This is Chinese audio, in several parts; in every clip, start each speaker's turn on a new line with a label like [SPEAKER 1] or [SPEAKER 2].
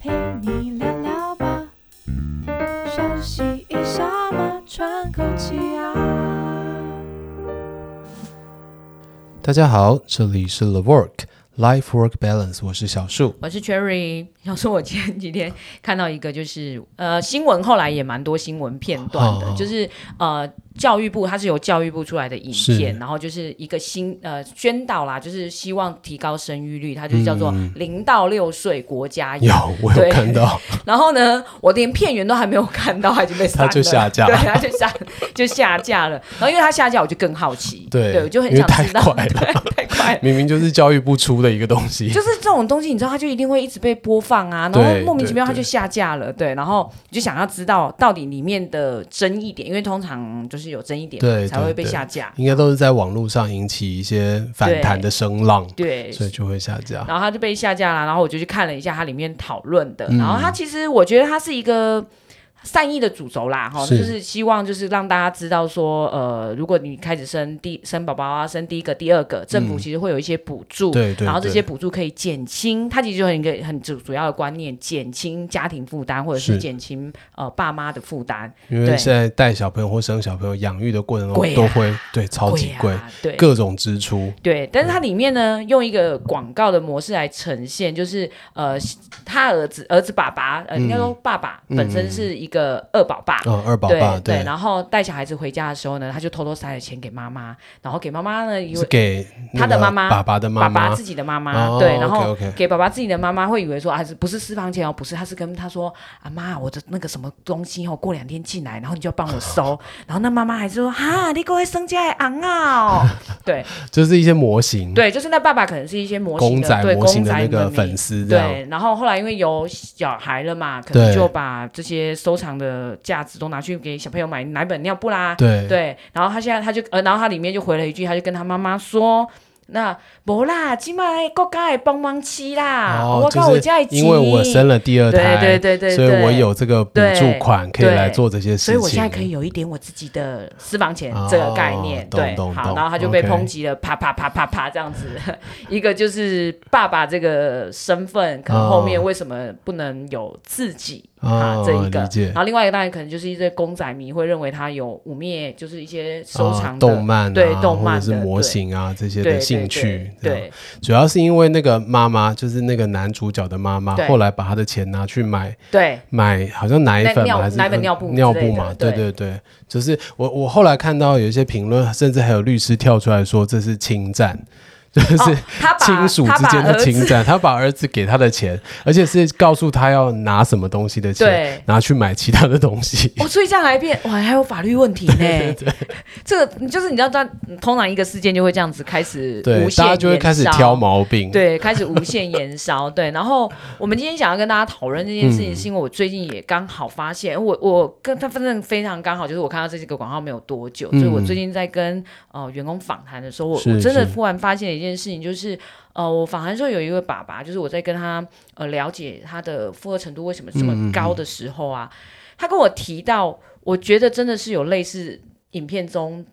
[SPEAKER 1] 陪你聊聊吧，休息一下嘛，喘口气啊。
[SPEAKER 2] 大家好，这里是 The Work Life Work Balance，我是小树。
[SPEAKER 3] 我是 Cherry，想 说我前几天看到一个，就是呃新闻，后来也蛮多新闻片段的，
[SPEAKER 2] 哦
[SPEAKER 3] 就是呃教育部它是由教育部出来的影
[SPEAKER 2] 是
[SPEAKER 3] 片，然后就是一个新呃宣导啦，就是希望提高生育率，它就是叫做
[SPEAKER 2] 嗯
[SPEAKER 3] 零到六岁国家养。
[SPEAKER 2] 有，我有
[SPEAKER 3] 对
[SPEAKER 2] 看到，
[SPEAKER 3] 然后呢，我连片源都还没有看到，它就被删
[SPEAKER 2] 它
[SPEAKER 3] 了，
[SPEAKER 2] 就下架
[SPEAKER 3] 对，它就下 就下架了。然后因为它下架，我就更好奇，
[SPEAKER 2] 对
[SPEAKER 3] 我就很
[SPEAKER 2] 因为
[SPEAKER 3] 想
[SPEAKER 2] 太
[SPEAKER 3] 知道，
[SPEAKER 2] 快了
[SPEAKER 3] 对， 太快了。
[SPEAKER 2] 明明就是教育部出的一个东西。
[SPEAKER 3] 就是这种东西，你知道，它就一定会一直被播放啊，然后
[SPEAKER 2] 对
[SPEAKER 3] 莫名其妙
[SPEAKER 2] 对
[SPEAKER 3] 它就下架了，对，然后你就想要知道到底里面的争议点，因为通常就是有争议点
[SPEAKER 2] 对
[SPEAKER 3] 才会
[SPEAKER 2] 对
[SPEAKER 3] 被
[SPEAKER 2] 对
[SPEAKER 3] 下架，
[SPEAKER 2] 应该都是在网络上引起一些反弹的声浪，
[SPEAKER 3] 对，
[SPEAKER 2] 所以就会下架。
[SPEAKER 3] 然后它就被下架了，然后我就去看了一下它里面讨论的，
[SPEAKER 2] 嗯
[SPEAKER 3] 然后它其实我觉得它是一个。善意的主轴啦，哈，
[SPEAKER 2] 是
[SPEAKER 3] 就是希望就是让大家知道说，呃，如果你开始生第生宝宝啊，生第一个、第二个，政府
[SPEAKER 2] 嗯
[SPEAKER 3] 其实会有一些补助，
[SPEAKER 2] 对对
[SPEAKER 3] 然后这些
[SPEAKER 2] 对
[SPEAKER 3] 补助可以减轻，它其实就很一个很主主要的观念，减轻家庭负担或者
[SPEAKER 2] 是
[SPEAKER 3] 是减轻呃爸妈的负担，
[SPEAKER 2] 因为
[SPEAKER 3] 对
[SPEAKER 2] 现在带小朋友或生小朋友养育的过程
[SPEAKER 3] 贵
[SPEAKER 2] 中
[SPEAKER 3] 啊
[SPEAKER 2] 都会对超级贵，
[SPEAKER 3] 啊，对，
[SPEAKER 2] 各嗯种支出。
[SPEAKER 3] 对，但是它里面呢，用一个广告的模式来呈现，就是呃，他儿子儿子爸爸，呃，应该说爸爸本身是一个二宝爸。
[SPEAKER 2] 嗯，二宝
[SPEAKER 3] 对
[SPEAKER 2] 爸对，
[SPEAKER 3] 然后带小孩子回家的时候呢，他就偷偷塞了钱给妈妈，然后给妈妈呢，以
[SPEAKER 2] 是
[SPEAKER 3] 为
[SPEAKER 2] 给那
[SPEAKER 3] 他的
[SPEAKER 2] 个
[SPEAKER 3] 妈妈
[SPEAKER 2] 爸爸的妈
[SPEAKER 3] 爸
[SPEAKER 2] 妈
[SPEAKER 3] 爸自己的妈妈，
[SPEAKER 2] 哦
[SPEAKER 3] 对，然后
[SPEAKER 2] OK，OK
[SPEAKER 3] 给爸爸自己的妈妈会以为说啊，是不是私房钱哦，不是，他是跟他说啊妈，我的那个什么东西哦，过两天进来，然后你就要帮 我收，然后那妈妈还说哈，你给我生家昂 啊哦，对，
[SPEAKER 2] 就是一些模型，
[SPEAKER 3] 对，就是那爸爸可能是一些模型
[SPEAKER 2] 公
[SPEAKER 3] 的，
[SPEAKER 2] 仔
[SPEAKER 3] 对
[SPEAKER 2] 模型的
[SPEAKER 3] 公仔
[SPEAKER 2] 那个
[SPEAKER 3] 迷
[SPEAKER 2] 粉丝这样。
[SPEAKER 3] 对，然后后来因为有小孩了嘛，可能
[SPEAKER 2] 对
[SPEAKER 3] 就把这些收藏的价值都拿去给小朋友买奶粉、尿布啦。
[SPEAKER 2] 对
[SPEAKER 3] 然后他现在他就呃，然后他里面就回了一句，他就跟他妈妈说：“那不啦，今麦国家会帮忙吃啦，
[SPEAKER 2] 哦
[SPEAKER 3] 我
[SPEAKER 2] 就
[SPEAKER 3] 靠，我
[SPEAKER 2] 是
[SPEAKER 3] 家的
[SPEAKER 2] 因为我
[SPEAKER 3] 钱
[SPEAKER 2] 生了第二胎，
[SPEAKER 3] 对对对对，
[SPEAKER 2] 所以我
[SPEAKER 3] 对。
[SPEAKER 2] 有这个补助款可以
[SPEAKER 3] 对
[SPEAKER 2] 来做这些事情。
[SPEAKER 3] 所以我现在可以有一点我自己的私房钱
[SPEAKER 2] 哦
[SPEAKER 3] 这个概念，
[SPEAKER 2] 懂
[SPEAKER 3] 对，
[SPEAKER 2] 懂
[SPEAKER 3] 好，
[SPEAKER 2] 懂
[SPEAKER 3] 然后他就被
[SPEAKER 2] OK
[SPEAKER 3] 抨击了，啪啪啪啪啪这样子， 一个就是爸爸这个身份，可能后面
[SPEAKER 2] 哦
[SPEAKER 3] 为什么不能有自己啊
[SPEAKER 2] 哦
[SPEAKER 3] 这一个
[SPEAKER 2] 理解，
[SPEAKER 3] 然后另外一个当然可能就是一些公仔迷会认为他有污蔑，就是一些收
[SPEAKER 2] 啊
[SPEAKER 3] 藏的
[SPEAKER 2] 动漫啊，
[SPEAKER 3] 对动漫
[SPEAKER 2] 或者是
[SPEAKER 3] 的
[SPEAKER 2] 模
[SPEAKER 3] 对
[SPEAKER 2] 型啊这些
[SPEAKER 3] 对对
[SPEAKER 2] 的兴趣。
[SPEAKER 3] 对
[SPEAKER 2] 这
[SPEAKER 3] 对
[SPEAKER 2] 样，主要是因为那个妈妈，就是那个男主角的妈妈，
[SPEAKER 3] 对
[SPEAKER 2] 后来把他的钱拿去买
[SPEAKER 3] 对
[SPEAKER 2] 买，好像奶粉
[SPEAKER 3] 那
[SPEAKER 2] 嘛
[SPEAKER 3] 尿
[SPEAKER 2] 还是
[SPEAKER 3] 奶粉
[SPEAKER 2] 嗯
[SPEAKER 3] 尿布
[SPEAKER 2] 尿
[SPEAKER 3] 之类
[SPEAKER 2] 布嘛，
[SPEAKER 3] 的
[SPEAKER 2] 对对
[SPEAKER 3] 对
[SPEAKER 2] 对。就是我我后来看到有一些评论，甚至还有律师跳出来说这是侵占，就是、
[SPEAKER 3] 哦他把
[SPEAKER 2] 亲属
[SPEAKER 3] 他
[SPEAKER 2] 之
[SPEAKER 3] 把
[SPEAKER 2] 间的
[SPEAKER 3] 儿
[SPEAKER 2] 情
[SPEAKER 3] 子
[SPEAKER 2] 感，他把儿子给他的 钱，而且是告诉他要拿什么东西的钱，
[SPEAKER 3] 对。
[SPEAKER 2] 拿去买其他的东 西。
[SPEAKER 3] 哦，所以这样还变哇，还有法律问题呢。 这个就是你知道，在通常一个事件就会这样子开始
[SPEAKER 2] 对
[SPEAKER 3] 无，限
[SPEAKER 2] 大家就会
[SPEAKER 3] 延
[SPEAKER 2] 开始
[SPEAKER 3] 烧
[SPEAKER 2] 挑毛病。，
[SPEAKER 3] 对，开始无限延烧。对，然后我们今天想要跟大家讨论这件事情，
[SPEAKER 2] 嗯
[SPEAKER 3] 是因为我最近也刚好发现，我我跟他反正非常刚好，就是我看到这个广告没有多久，所以我
[SPEAKER 2] 嗯
[SPEAKER 3] 最近在跟呃员工访谈的时候，我
[SPEAKER 2] 是
[SPEAKER 3] 我真的
[SPEAKER 2] 是
[SPEAKER 3] 突然发现一件事情，就是呃我访谈的时候有一位爸爸，就是我在跟他呃了解他的负荷程度为什么这么高的时候
[SPEAKER 2] 嗯
[SPEAKER 3] 啊，他跟我提到，我觉得真的是有类似影片中。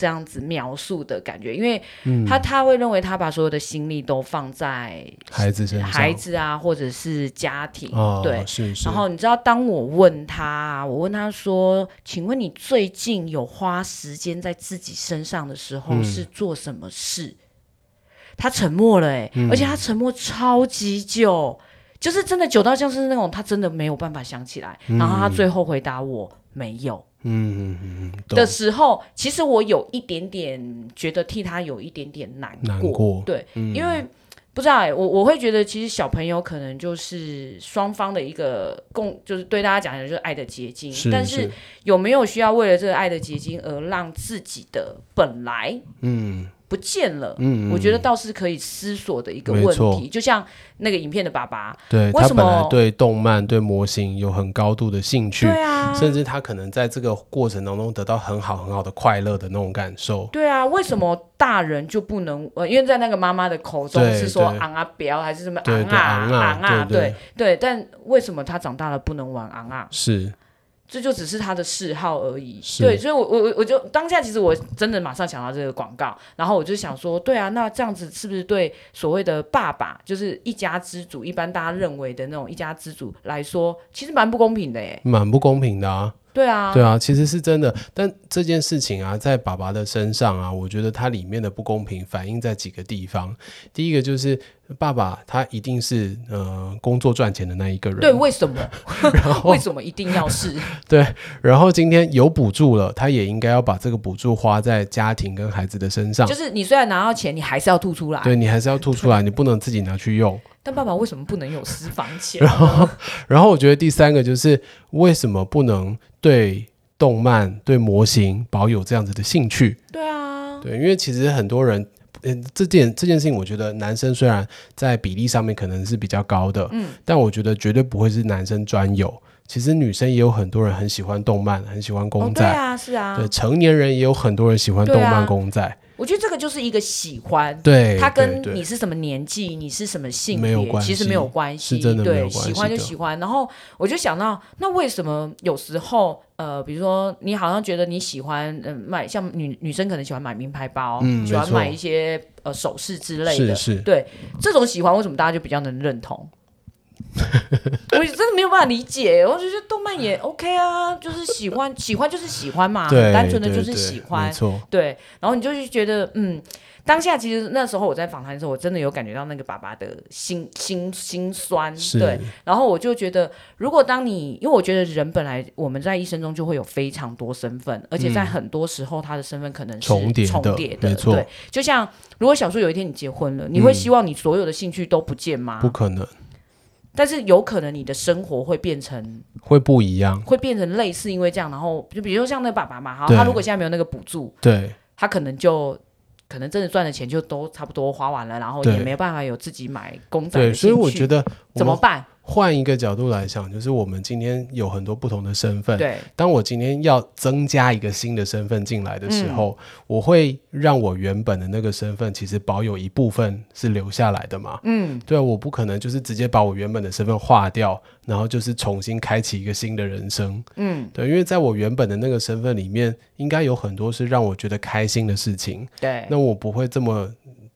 [SPEAKER 3] 这样子描述的感觉，因为
[SPEAKER 2] 嗯
[SPEAKER 3] 他他会认为他把所有的心力都放在
[SPEAKER 2] 孩子身上，
[SPEAKER 3] 孩子啊，或者是家庭，
[SPEAKER 2] 哦，
[SPEAKER 3] 对。
[SPEAKER 2] 是是。
[SPEAKER 3] 然后你知道，当我问他啊，我问他说：“请问你最近有花时间在自己身上的时候
[SPEAKER 2] 嗯
[SPEAKER 3] 是做什么事？”他沉默了、欸，
[SPEAKER 2] 嗯
[SPEAKER 3] 而且他沉默超级久，就是真的久到像是那种他真的没有办法想起来。然后他最后回答我没有。
[SPEAKER 2] 嗯嗯嗯嗯，懂
[SPEAKER 3] 的时候，其实我有一点点觉得替他有一点点难过，
[SPEAKER 2] 难过
[SPEAKER 3] 对，因为不知道哎、我我会觉得其实小朋友可能就是双方的一个共，就是对大家讲的就是爱的结晶，
[SPEAKER 2] 是
[SPEAKER 3] 但
[SPEAKER 2] 是
[SPEAKER 3] 是有没有需要为了这个爱的结晶而让自己的本来
[SPEAKER 2] 嗯
[SPEAKER 3] 不见了？
[SPEAKER 2] 嗯，
[SPEAKER 3] 我觉得
[SPEAKER 2] 嗯
[SPEAKER 3] 倒是可以思索的一个
[SPEAKER 2] 没
[SPEAKER 3] 问
[SPEAKER 2] 错
[SPEAKER 3] 题，就像那个影片的爸爸，
[SPEAKER 2] 对
[SPEAKER 3] 为
[SPEAKER 2] 他
[SPEAKER 3] 什
[SPEAKER 2] 本来
[SPEAKER 3] 么
[SPEAKER 2] 对动漫、对模型有很高度的兴趣
[SPEAKER 3] 对，啊，
[SPEAKER 2] 甚至他可能在这个过程当中得到很好很好的快乐的那种感受。
[SPEAKER 3] 对啊，为什么大人就不能？呃，因为在那个妈妈的口中
[SPEAKER 2] 对
[SPEAKER 3] 是说
[SPEAKER 2] 对
[SPEAKER 3] 昂啊彪还是什么
[SPEAKER 2] 对
[SPEAKER 3] 昂
[SPEAKER 2] 对
[SPEAKER 3] 啊
[SPEAKER 2] 昂啊
[SPEAKER 3] 昂啊，
[SPEAKER 2] 对对
[SPEAKER 3] 对对，但为什么他长大了不能玩昂啊？
[SPEAKER 2] 是
[SPEAKER 3] 这就只是他的嗜好而已。
[SPEAKER 2] 是
[SPEAKER 3] 对，所以我我我我就当下其实我真的马上想到这个广告，然后我就想说，对啊，那这样子是不是对所谓的爸爸，就是一家之主，一般大家认为的那种一家之主来说，其实蛮不公平的耶。
[SPEAKER 2] 蛮不公平的啊。
[SPEAKER 3] 对啊，
[SPEAKER 2] 对啊，其实是真的，但这件事情啊，在爸爸的身上啊，我觉得它里面的不公平反映在几个地方。第一个就是爸爸他一定是呃工作赚钱的那一个人，
[SPEAKER 3] 对，为什么？ 为什么一定 要是？
[SPEAKER 2] 然后今天有补助了，他也应该要把这个补助花在家庭跟孩子的身上。
[SPEAKER 3] 就是你虽然拿到钱，你还是要吐出来。
[SPEAKER 2] 对你还是要吐出来，你不能自己拿去用。
[SPEAKER 3] 但爸爸为什么不能有私房钱？
[SPEAKER 2] 然后， 然后我觉得第三个就是为什么不能对动漫、对模型保有这样子的兴趣？
[SPEAKER 3] 对啊，
[SPEAKER 2] 对，因为其实很多人，嗯、这件这件事情，我觉得男生虽然在比例上面可能是比较高的，嗯，但我觉得绝对不会是男生专有。其实女生也有很多人很喜欢动漫，很喜欢
[SPEAKER 3] 哦
[SPEAKER 2] 公，
[SPEAKER 3] 对
[SPEAKER 2] 仔，
[SPEAKER 3] 啊，是啊
[SPEAKER 2] 对，成年人也有很多人喜欢
[SPEAKER 3] 对
[SPEAKER 2] 动
[SPEAKER 3] 啊
[SPEAKER 2] 漫、公仔，
[SPEAKER 3] 我觉得这个就是一个喜欢。
[SPEAKER 2] 对，
[SPEAKER 3] 它跟
[SPEAKER 2] 对对
[SPEAKER 3] 你是什么年纪，你是什么性
[SPEAKER 2] 没有
[SPEAKER 3] 别，
[SPEAKER 2] 关
[SPEAKER 3] 其实没
[SPEAKER 2] 系
[SPEAKER 3] 有关系，
[SPEAKER 2] 真的没有关
[SPEAKER 3] 对，
[SPEAKER 2] 系
[SPEAKER 3] 喜欢就
[SPEAKER 2] 的
[SPEAKER 3] 喜欢。然后我就想到，那为什么有时候，呃，比如说你好像觉得你喜欢，嗯、买像女女生可能喜欢买名牌包，
[SPEAKER 2] 嗯
[SPEAKER 3] 喜
[SPEAKER 2] 没
[SPEAKER 3] 欢
[SPEAKER 2] 错
[SPEAKER 3] 买一些呃首饰之类
[SPEAKER 2] 是
[SPEAKER 3] 的，
[SPEAKER 2] 是，
[SPEAKER 3] 对这种喜欢，为什么大家就比较能认同？ 我真的没有办法理解，我就觉得动漫也 OK 啊，就是喜欢，喜欢就是喜欢嘛，
[SPEAKER 2] 对，
[SPEAKER 3] 很啊单纯的
[SPEAKER 2] 对
[SPEAKER 3] 就是
[SPEAKER 2] 对
[SPEAKER 3] 喜欢
[SPEAKER 2] 没，错，
[SPEAKER 3] 对，然后你就去觉得，嗯，当下其实那时候我在访谈的时候，我真的有感觉到那个爸爸的心心心酸，
[SPEAKER 2] 是，
[SPEAKER 3] 对。然后我就觉得，如果当你，因为我觉得人本来我们在一生中就会有非常多身份，而且在很多时候他的身份可能是
[SPEAKER 2] 嗯重叠的
[SPEAKER 3] 重叠的，
[SPEAKER 2] 没错嗯
[SPEAKER 3] 对。就像如果小说有一天你结婚了，你会希望你所有的兴趣都不见吗？
[SPEAKER 2] 不可能
[SPEAKER 3] 但是有可能你的生活会变成
[SPEAKER 2] 会不一样，
[SPEAKER 3] 会变成类似，因为这样，然后就比如说像那个爸爸嘛，好，
[SPEAKER 2] 对
[SPEAKER 3] 他如果现在没有那个补助，
[SPEAKER 2] 对，
[SPEAKER 3] 他可能就可能真的赚的钱就都差不多花完了，然后
[SPEAKER 2] 对
[SPEAKER 3] 也没有办法有自己买公仔
[SPEAKER 2] 对，
[SPEAKER 3] 的
[SPEAKER 2] 所以我
[SPEAKER 3] 兴
[SPEAKER 2] 觉
[SPEAKER 3] 趣
[SPEAKER 2] 得我
[SPEAKER 3] 怎么
[SPEAKER 2] 们
[SPEAKER 3] 办？
[SPEAKER 2] 换一个角度来想，就是我们今天有很多不同的身份，
[SPEAKER 3] 对，
[SPEAKER 2] 当我今天要增加一个新的身份进来的时候，
[SPEAKER 3] 嗯
[SPEAKER 2] 我会让我原本的那个身份其实保有一部分是留下来的嘛？
[SPEAKER 3] 嗯，
[SPEAKER 2] 对啊，我不可能就是直接把我原本的身份划掉，然后就是重新开启一个新的人生。
[SPEAKER 3] 嗯，
[SPEAKER 2] 对，因为在我原本的那个身份里面，应该有很多是让我觉得开心的事情，
[SPEAKER 3] 对，
[SPEAKER 2] 那我不会这么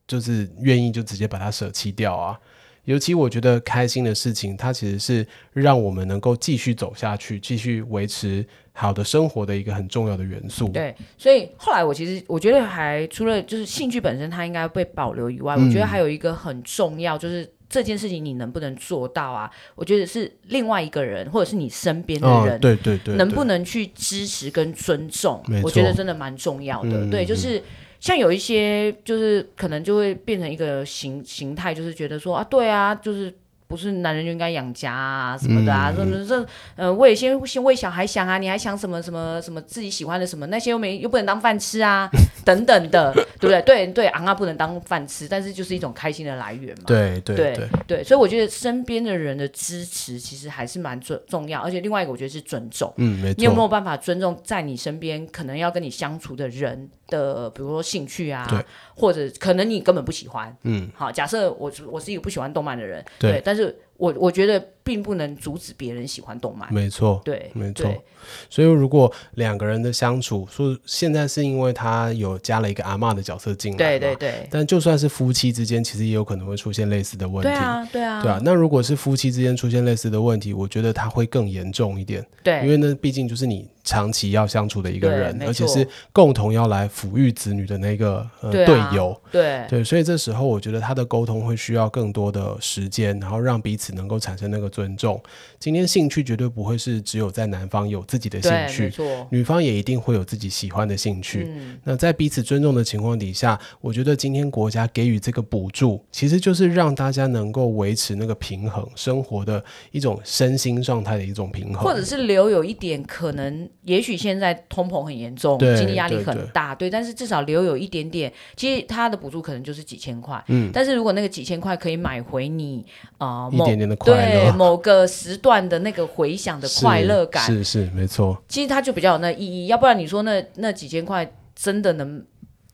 [SPEAKER 2] 就是愿意就直接把它舍弃掉啊。尤其我觉得开心的事情，它其实是让我们能够继续走下去、继续维持好的生活的一个很重要的元素。
[SPEAKER 3] 对，所以后来我其实我觉得还除了就是兴趣本身它应该被保留以外，
[SPEAKER 2] 嗯
[SPEAKER 3] 我觉得还有一个很重要就是。这件事情你能不能做到啊？我觉得是另外一个人，或者是你身边的
[SPEAKER 2] 哦，
[SPEAKER 3] 人，
[SPEAKER 2] 对对对，
[SPEAKER 3] 能不
[SPEAKER 2] 能
[SPEAKER 3] 能去支持跟尊重
[SPEAKER 2] 没，
[SPEAKER 3] 我觉得
[SPEAKER 2] 错
[SPEAKER 3] 真的蛮重要的。
[SPEAKER 2] 嗯
[SPEAKER 3] 对，
[SPEAKER 2] 嗯
[SPEAKER 3] 就是像有一些，就是可能就会变成一个形形态，就是觉得说啊，对啊，就是。不是男人就应该养家啊什么的啊，
[SPEAKER 2] 嗯
[SPEAKER 3] 什么这呃为先先为小孩想啊，你还想什么什么什么自己喜欢的什么那些又没又不能当饭 吃啊等等的，对不对？对对，昂啊不能当饭吃，但是就是一种开心的来源嘛。
[SPEAKER 2] 对对
[SPEAKER 3] 对
[SPEAKER 2] 对
[SPEAKER 3] 对，所以我觉得身边的人的支持其实还是蛮重重要，而且另外一个我觉得是尊重。
[SPEAKER 2] 嗯，没
[SPEAKER 3] 你有没
[SPEAKER 2] 错，
[SPEAKER 3] 有办法尊重在你身边可能要跟你相处的人的，比如说兴趣啊
[SPEAKER 2] 对，
[SPEAKER 3] 或者可能你根本不喜欢。
[SPEAKER 2] 嗯，
[SPEAKER 3] 好，假设我是我是一个不喜欢动漫的人，
[SPEAKER 2] 对
[SPEAKER 3] 但是我我觉得并不能阻止别人喜欢动漫。
[SPEAKER 2] 没错。
[SPEAKER 3] 对，
[SPEAKER 2] 没
[SPEAKER 3] 对
[SPEAKER 2] 错，所以如果两个人的相处，说现在是因为他有加了一个阿嬷的角色进来，
[SPEAKER 3] 对对。对，
[SPEAKER 2] 但就算是夫妻之间，其实也有可能会出现类似的问题。
[SPEAKER 3] 对啊，对啊，
[SPEAKER 2] 对啊，那如果是夫妻之间出现类似的问题，我觉得它会更严重一点，因
[SPEAKER 3] 对，
[SPEAKER 2] 为那毕竟就是你长期要相处的一个
[SPEAKER 3] 对
[SPEAKER 2] 人，
[SPEAKER 3] 没
[SPEAKER 2] 而且
[SPEAKER 3] 错
[SPEAKER 2] 是共同要来抚育子女的那个呃
[SPEAKER 3] 对啊
[SPEAKER 2] 队友。
[SPEAKER 3] 对，
[SPEAKER 2] 对，所以这时候我觉得他的沟通会需要更多的时间，然后让彼此能够产生那个尊重。今天兴趣绝对不会是只有在男方有自己的兴
[SPEAKER 3] 对，没
[SPEAKER 2] 趣，
[SPEAKER 3] 错，
[SPEAKER 2] 女方也一定会有自己喜欢的兴趣。
[SPEAKER 3] 嗯，
[SPEAKER 2] 那在彼此尊重的情况底下，我觉得今天国家给予这个补助，其实就是让大家能够维持那个平衡，生活的一种身心状态的一种平衡，
[SPEAKER 3] 或者是留有一点可能，也许现在通膨很严重，
[SPEAKER 2] 对
[SPEAKER 3] 经济压力
[SPEAKER 2] 对
[SPEAKER 3] 很
[SPEAKER 2] 对
[SPEAKER 3] 大，对，但是至少留有一点点。其实他的补助可能就是几千块，
[SPEAKER 2] 嗯
[SPEAKER 3] 但是如果那个几千块可以买回你啊、呃、
[SPEAKER 2] 一
[SPEAKER 3] 某
[SPEAKER 2] 点点的快
[SPEAKER 3] 对
[SPEAKER 2] 乐。
[SPEAKER 3] 某个时段的那个回想的快乐感，
[SPEAKER 2] 是是是没错，
[SPEAKER 3] 其实它就比较有那意义。要不然你说那那几千块真的能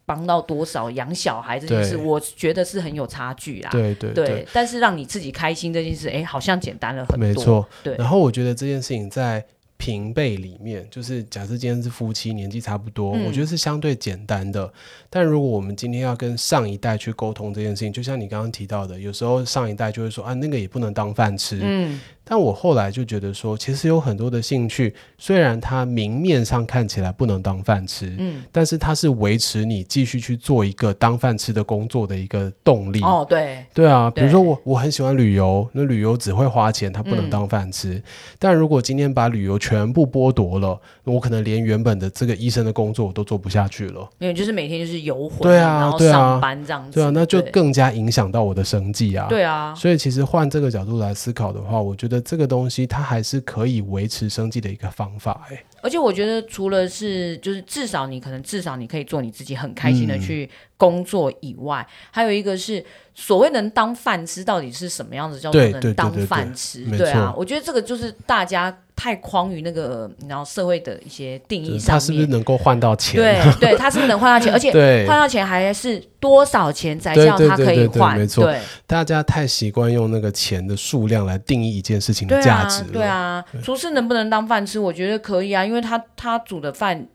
[SPEAKER 3] 帮到多少养小孩这件事，
[SPEAKER 2] 对
[SPEAKER 3] 我觉得是很有差距啦。
[SPEAKER 2] 对对
[SPEAKER 3] 啊对但是让你自己开心这件事，哎，好像简单了很多。
[SPEAKER 2] 没，错。
[SPEAKER 3] 对
[SPEAKER 2] 然后我觉得这件事情在平辈里面，就是假设今天是夫妻，年纪差不多，
[SPEAKER 3] 嗯
[SPEAKER 2] 我觉得是相对简单的。但如果我们今天要跟上一代去沟通这件事情，就像你刚刚提到的，有时候上一代就会说啊，那个也不能当饭吃。
[SPEAKER 3] 嗯，
[SPEAKER 2] 但我后来就觉得说，其实有很多的兴趣，虽然它明面上看起来不能当饭吃，
[SPEAKER 3] 嗯，
[SPEAKER 2] 但是它是维持你继续去做一个当饭吃的工作的一个动力。
[SPEAKER 3] 哦，对，
[SPEAKER 2] 对啊，比如
[SPEAKER 3] 对
[SPEAKER 2] 说我我很喜欢旅游，那旅游只会花钱，它不能
[SPEAKER 3] 嗯
[SPEAKER 2] 当饭吃。但如果今天把旅游全部剥夺了，我可能连原本的这个医生的工作我都做不下去了。
[SPEAKER 3] 没有，就是每天就是游魂，
[SPEAKER 2] 对啊
[SPEAKER 3] 然后
[SPEAKER 2] 对啊
[SPEAKER 3] 上班这样子，
[SPEAKER 2] 对啊，那就
[SPEAKER 3] 对
[SPEAKER 2] 更加影响到我的生计啊。
[SPEAKER 3] 对啊，
[SPEAKER 2] 所以其实换这个角度来思考的话，我觉得这个东西它还是可以维持生计的一个方法、欸。
[SPEAKER 3] 而且我觉得，除了是就是至少你可能至少你可以做你自己很开
[SPEAKER 2] 嗯
[SPEAKER 3] 心的去工作以外，还有一个是所谓能当饭吃，到底是什么样子叫做
[SPEAKER 2] 对对
[SPEAKER 3] 能
[SPEAKER 2] 对
[SPEAKER 3] 当
[SPEAKER 2] 对对
[SPEAKER 3] 饭吃？
[SPEAKER 2] 没
[SPEAKER 3] 啊
[SPEAKER 2] 错，
[SPEAKER 3] 我觉得这个就是大家太框于那个然后社会的一些定
[SPEAKER 2] 就
[SPEAKER 3] 义
[SPEAKER 2] 是
[SPEAKER 3] 上
[SPEAKER 2] 它
[SPEAKER 3] 面。
[SPEAKER 2] 是不是能够换到钱？
[SPEAKER 3] 对对，他是不是能换到钱？而且
[SPEAKER 2] 对
[SPEAKER 3] 换到钱还是多少钱才
[SPEAKER 2] 对
[SPEAKER 3] 叫
[SPEAKER 2] 对
[SPEAKER 3] 他
[SPEAKER 2] 对
[SPEAKER 3] 可以
[SPEAKER 2] 对对
[SPEAKER 3] 换？
[SPEAKER 2] 没错
[SPEAKER 3] 对
[SPEAKER 2] 大家太习惯用那个钱的数量来定义一件事情的
[SPEAKER 3] 对
[SPEAKER 2] 价
[SPEAKER 3] 啊
[SPEAKER 2] 值了。，
[SPEAKER 3] 对啊，厨师能不能当饭吃？我觉得可以啊，因为他他煮的饭，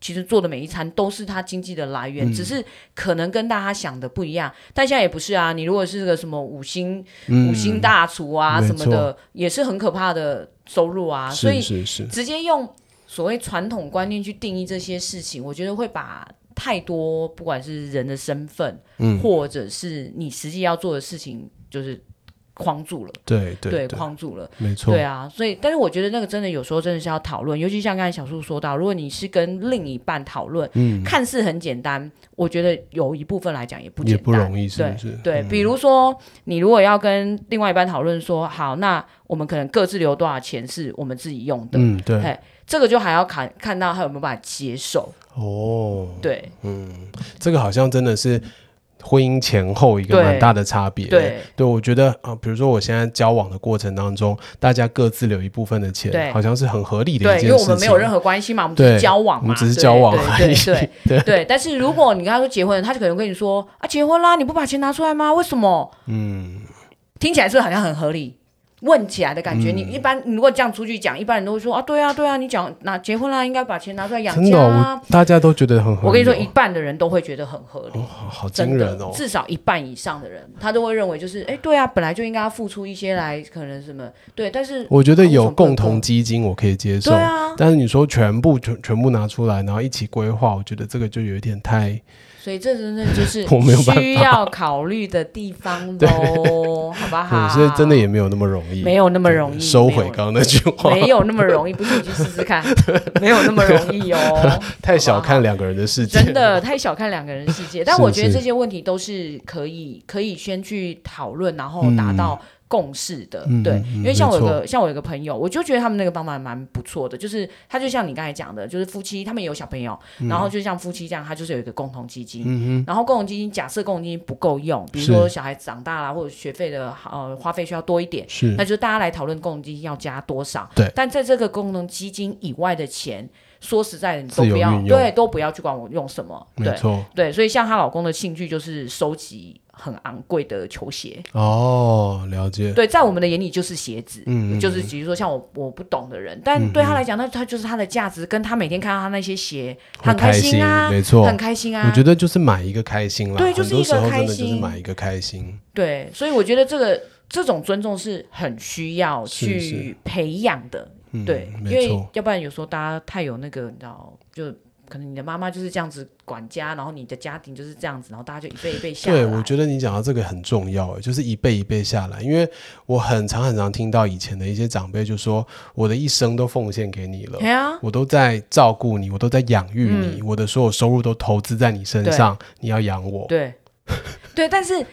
[SPEAKER 3] 其实做的每一餐都是他经济的来源，
[SPEAKER 2] 嗯
[SPEAKER 3] 只是可能跟大家想的不一样。但现在也不是啊，你如果是个什么五星、
[SPEAKER 2] 嗯
[SPEAKER 3] 五星大厨啊
[SPEAKER 2] 没
[SPEAKER 3] 什么的，也是很可怕的收入啊。所
[SPEAKER 2] 是
[SPEAKER 3] 以
[SPEAKER 2] 是是，
[SPEAKER 3] 直接用所谓传统观念去定义这些事情，我觉得会把。太多，不管是人的身份，
[SPEAKER 2] 嗯，
[SPEAKER 3] 或者是你实际要做的事情，就是框住了，
[SPEAKER 2] 对对，
[SPEAKER 3] 框住了。
[SPEAKER 2] 没错，
[SPEAKER 3] 对啊，所以但是我觉得那个真的有时候真的是要讨论，尤其像刚才小树说到，如果你是跟另一半讨论，
[SPEAKER 2] 嗯，
[SPEAKER 3] 看似很简单，我觉得有一部分来讲也不简
[SPEAKER 2] 也
[SPEAKER 3] 单，
[SPEAKER 2] 不容易，是
[SPEAKER 3] 对
[SPEAKER 2] 不是？
[SPEAKER 3] 对，
[SPEAKER 2] 嗯
[SPEAKER 3] 比如说你如果要跟另外一半讨论说，好，那我们可能各自留多少钱是我们自己用的，
[SPEAKER 2] 嗯，对，
[SPEAKER 3] 哎这个就还要看看到他有没有办法接受。
[SPEAKER 2] 哦，
[SPEAKER 3] 对
[SPEAKER 2] 这个好像真的是婚姻前后一个
[SPEAKER 3] 对
[SPEAKER 2] 蛮大的差别。
[SPEAKER 3] 对
[SPEAKER 2] 对，我觉得啊、比如说我现在交往的过程当中，大家各自留一部分的
[SPEAKER 3] 对
[SPEAKER 2] 钱，好像是很合理的一件事情。
[SPEAKER 3] 对，因为我们没有任
[SPEAKER 2] 何
[SPEAKER 3] 何关系嘛，我们只是
[SPEAKER 2] 对
[SPEAKER 3] 交往嘛，
[SPEAKER 2] 我们只是
[SPEAKER 3] 对
[SPEAKER 2] 交往而
[SPEAKER 3] 对
[SPEAKER 2] 已
[SPEAKER 3] 对 对对。但是如果你跟他说结婚了，他就可能跟你说啊，结婚啦，你不把钱拿出来吗？为什么？
[SPEAKER 2] 嗯，
[SPEAKER 3] 听起来是不是好像很合理？问起来的感觉，你
[SPEAKER 2] 嗯
[SPEAKER 3] 一般你如果这样出去讲，一般人都会说啊，对啊，对啊，你讲那结婚啦，应该把钱拿出来养
[SPEAKER 2] 真的
[SPEAKER 3] 家
[SPEAKER 2] 哦、
[SPEAKER 3] 啊。
[SPEAKER 2] 我大家都觉得很合理、哦。
[SPEAKER 3] 我跟你说，一半的人都会觉得很合理，
[SPEAKER 2] 好好惊
[SPEAKER 3] 真的
[SPEAKER 2] 人，哦。
[SPEAKER 3] 至少一半以上的人，他都会认为就是，哎，对啊，本来就应该要付出一些来，可能什么，对，但是
[SPEAKER 2] 我觉得
[SPEAKER 3] 啊为什
[SPEAKER 2] 有
[SPEAKER 3] 么不
[SPEAKER 2] 共
[SPEAKER 3] 能
[SPEAKER 2] 同
[SPEAKER 3] 够
[SPEAKER 2] 基金，我可以接受。
[SPEAKER 3] 对啊，
[SPEAKER 2] 但是你说全部全全部拿出来，然后一起规划，我觉得这个就有一点太……
[SPEAKER 3] 所以这真的就是
[SPEAKER 2] 我没有办法
[SPEAKER 3] 需要考虑的 地方喽，好不好？
[SPEAKER 2] 嗯，所以真的也没有那么容易，
[SPEAKER 3] 啊没有那么容易，
[SPEAKER 2] 收
[SPEAKER 3] 没
[SPEAKER 2] 回
[SPEAKER 3] 有
[SPEAKER 2] 刚刚那句话，
[SPEAKER 3] 没有那么容易，不信你去试 试看，没有那么容易哦。
[SPEAKER 2] 太小看两个人的世界。
[SPEAKER 3] 真的太小看两个人的世 界，但
[SPEAKER 2] 是
[SPEAKER 3] 我觉得
[SPEAKER 2] 是
[SPEAKER 3] 这些问题都是可以可以先去讨论，然后达到共识的。
[SPEAKER 2] 嗯
[SPEAKER 3] 对
[SPEAKER 2] 嗯，嗯
[SPEAKER 3] 因为像我有
[SPEAKER 2] 没
[SPEAKER 3] 个像我有个朋友，我就觉得他们那个方法蛮不错的，就是他就像你刚才讲的，就是夫妻他们也有小朋友，然后就像夫妻这样，他就是有一个共同基金。
[SPEAKER 2] 嗯
[SPEAKER 3] 然后共同基金假设共同基金不够用，比如
[SPEAKER 2] 是
[SPEAKER 3] 说小孩长大了或者学费的呃花费需要多一点
[SPEAKER 2] 哼，，是
[SPEAKER 3] 那就大家来讨论共同基金要加多少。
[SPEAKER 2] 嗯对
[SPEAKER 3] 但在这个共同基金以外的钱，说实在的，你都
[SPEAKER 2] 自由
[SPEAKER 3] 不要
[SPEAKER 2] 运用
[SPEAKER 3] 对，都不要去管我用什么。
[SPEAKER 2] 没
[SPEAKER 3] 对
[SPEAKER 2] 错
[SPEAKER 3] 对，所以像她老公的兴趣就是收集很昂贵的球鞋，
[SPEAKER 2] 哦，了解。
[SPEAKER 3] 对，在我们的眼里就是鞋子。
[SPEAKER 2] 嗯，嗯嗯
[SPEAKER 3] 就是比如说像我我不懂的人，但对他来讲，那他就是他的价值，跟他每天看到他那些鞋，他
[SPEAKER 2] 很
[SPEAKER 3] 很开
[SPEAKER 2] 心
[SPEAKER 3] 心啊，
[SPEAKER 2] 没错
[SPEAKER 3] 很。开心啊。
[SPEAKER 2] 我觉得就是买一个开心啦，
[SPEAKER 3] 对就是
[SPEAKER 2] 很多
[SPEAKER 3] 一个
[SPEAKER 2] 时候
[SPEAKER 3] 开
[SPEAKER 2] 真的就是
[SPEAKER 3] 心
[SPEAKER 2] 买一个开心。
[SPEAKER 3] 对，所以我觉得这个这种尊重是很需要
[SPEAKER 2] 是
[SPEAKER 3] 去
[SPEAKER 2] 是
[SPEAKER 3] 培养的。
[SPEAKER 2] 嗯，
[SPEAKER 3] 对，因
[SPEAKER 2] 没
[SPEAKER 3] 为
[SPEAKER 2] 错，
[SPEAKER 3] 要不然有时候大家太有那个，你知道，就可能你的妈妈就是这样子管家，然后你的家庭就是这样子，然后大家就一辈一辈下来。
[SPEAKER 2] 对，我觉得你讲到这个很重要，就是一辈一辈下来，因为我很常很常听到以前的一些长辈就说，我的一生都奉献给你了
[SPEAKER 3] 对。啊，
[SPEAKER 2] 我都在照顾你，我都在养育
[SPEAKER 3] 嗯
[SPEAKER 2] 你，我的所有收入都投资在你身上，你要养我。
[SPEAKER 3] 对， 对，但是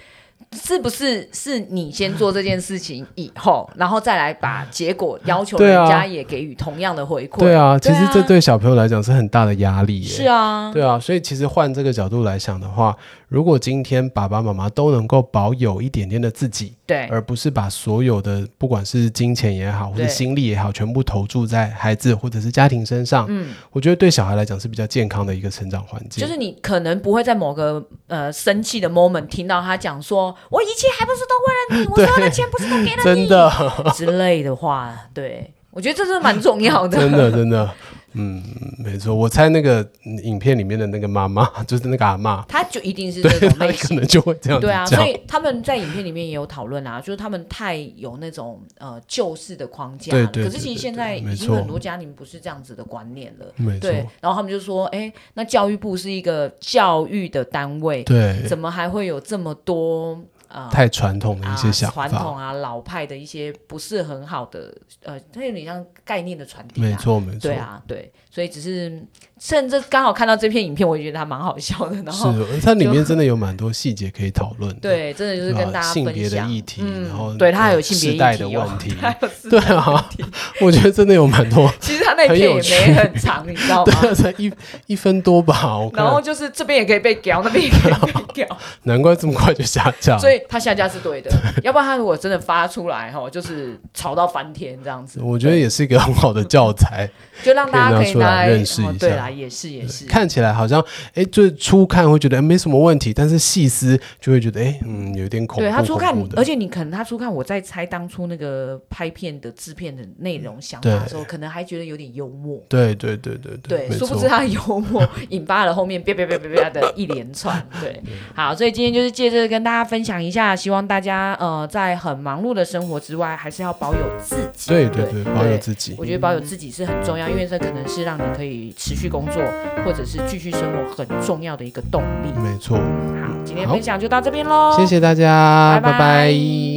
[SPEAKER 3] 是不是是你先做这件事情以后，然后再来把结果要求
[SPEAKER 2] 对
[SPEAKER 3] 人
[SPEAKER 2] 啊
[SPEAKER 3] 家也给予同样的回馈？
[SPEAKER 2] 对啊，其实
[SPEAKER 3] 对
[SPEAKER 2] 这
[SPEAKER 3] 啊
[SPEAKER 2] 对小朋友来讲是很大的压力耶。
[SPEAKER 3] 是啊，
[SPEAKER 2] 对啊，所以其实换这个角度来想的话，如果今天爸爸妈妈都能够保有一点点的自己，
[SPEAKER 3] 对
[SPEAKER 2] 而不是把所有的不管是金钱也好，或
[SPEAKER 3] 对
[SPEAKER 2] 者心力也好，全部投注在孩子或者是家庭身上，
[SPEAKER 3] 嗯，
[SPEAKER 2] 我觉得对小孩来讲是比较健康的一个成长环境。
[SPEAKER 3] 就是你可能不会在某个呃生气的 moment 听到他讲说，我一切还不是都为了你，我所有
[SPEAKER 2] 对
[SPEAKER 3] 的钱不是都给了
[SPEAKER 2] 真
[SPEAKER 3] 你
[SPEAKER 2] 的，
[SPEAKER 3] 之类的话，对。我觉得这 真的蛮重要 的。
[SPEAKER 2] 真的真的，嗯，没错。我猜那个嗯影片里面的那个妈妈， 就是那个阿 妈，
[SPEAKER 3] 他就一定是
[SPEAKER 2] 对
[SPEAKER 3] 这种
[SPEAKER 2] 她
[SPEAKER 3] 类
[SPEAKER 2] 可
[SPEAKER 3] 型。
[SPEAKER 2] 能就会这样子
[SPEAKER 3] 对啊，
[SPEAKER 2] 讲
[SPEAKER 3] 所。以他们在影片里面也有讨论啊，就是他们太有那种呃旧式的框架了。
[SPEAKER 2] 对对
[SPEAKER 3] 可是其
[SPEAKER 2] 对对
[SPEAKER 3] 实现在
[SPEAKER 2] 对没
[SPEAKER 3] 已经
[SPEAKER 2] 错
[SPEAKER 3] 很多家庭不是这样子的观念了。
[SPEAKER 2] 没错，
[SPEAKER 3] 对，然后他们就说，哎，那教育部是一个教育的单位，
[SPEAKER 2] 对，
[SPEAKER 3] 怎么还会有这么多啊、呃
[SPEAKER 2] 太传统的一些想
[SPEAKER 3] 啊、传统
[SPEAKER 2] 法，
[SPEAKER 3] 啊、老派的一些不是很好的呃，它有点像概念的传递、啊。
[SPEAKER 2] 没错没错
[SPEAKER 3] 对。啊，对，所以只是趁这刚好看到这篇影片，我也觉得它蛮好笑的。然后
[SPEAKER 2] 是，它里面真的有蛮多细节可以讨论的。
[SPEAKER 3] 对，真的就是
[SPEAKER 2] 啊
[SPEAKER 3] 跟大家
[SPEAKER 2] 性
[SPEAKER 3] 分
[SPEAKER 2] 别的
[SPEAKER 3] 享
[SPEAKER 2] 议题，
[SPEAKER 3] 嗯
[SPEAKER 2] 然后
[SPEAKER 3] 对它还有
[SPEAKER 2] 呃
[SPEAKER 3] 性别
[SPEAKER 2] 世代
[SPEAKER 3] 议
[SPEAKER 2] 的
[SPEAKER 3] 题哦
[SPEAKER 2] 问题，
[SPEAKER 3] 还有是
[SPEAKER 2] 对啊，我觉得真的有蛮 多，
[SPEAKER 3] 其实它那一
[SPEAKER 2] 很
[SPEAKER 3] 片也
[SPEAKER 2] 有趣
[SPEAKER 3] 没很长，你知道吗
[SPEAKER 2] 对？啊，才一一分多吧，我看
[SPEAKER 3] 然后就是这边也可以被屌，那边也可以被 屌，
[SPEAKER 2] 难怪这么快就下架。
[SPEAKER 3] 所以它下架是对的，要不然它如果真的发出来哈，就是吵到翻天这样子。
[SPEAKER 2] 我觉得也是一个很好的
[SPEAKER 3] 嗯
[SPEAKER 2] 教材，
[SPEAKER 3] 就让大家可
[SPEAKER 2] 可以拿
[SPEAKER 3] 以
[SPEAKER 2] 出来
[SPEAKER 3] 拿来
[SPEAKER 2] 认识一下
[SPEAKER 3] 哦对啦，也是也是。
[SPEAKER 2] 看起来好像哎，最初看会觉得哎没什么问题，但是细思就会觉得哎，嗯，有点恐怖。
[SPEAKER 3] 对他初看
[SPEAKER 2] 恐怖，的
[SPEAKER 3] 而且你可能他初看，我在猜当初那个拍片的制片的内
[SPEAKER 2] 嗯
[SPEAKER 3] 容想法的时候，可能还觉得有点幽默。
[SPEAKER 2] 对对对对
[SPEAKER 3] 对，
[SPEAKER 2] 没
[SPEAKER 3] 殊
[SPEAKER 2] 错
[SPEAKER 3] 不，知他的幽默引发了后面别别别别别的一连串。对，好，所以今天就是借着跟大家分享一下，希望大家呃在很忙碌的生活之外，还是要保有自己。
[SPEAKER 2] 对对对，保有自己
[SPEAKER 3] 我，觉得保有自己是很重要，因为这可能是让你可以持续工作或者是继续生活很重要的一个动力。
[SPEAKER 2] 没错，
[SPEAKER 3] 好，今天
[SPEAKER 2] 好
[SPEAKER 3] 分享就到这边喽，
[SPEAKER 2] 谢谢大家，
[SPEAKER 3] 拜拜
[SPEAKER 2] 拜拜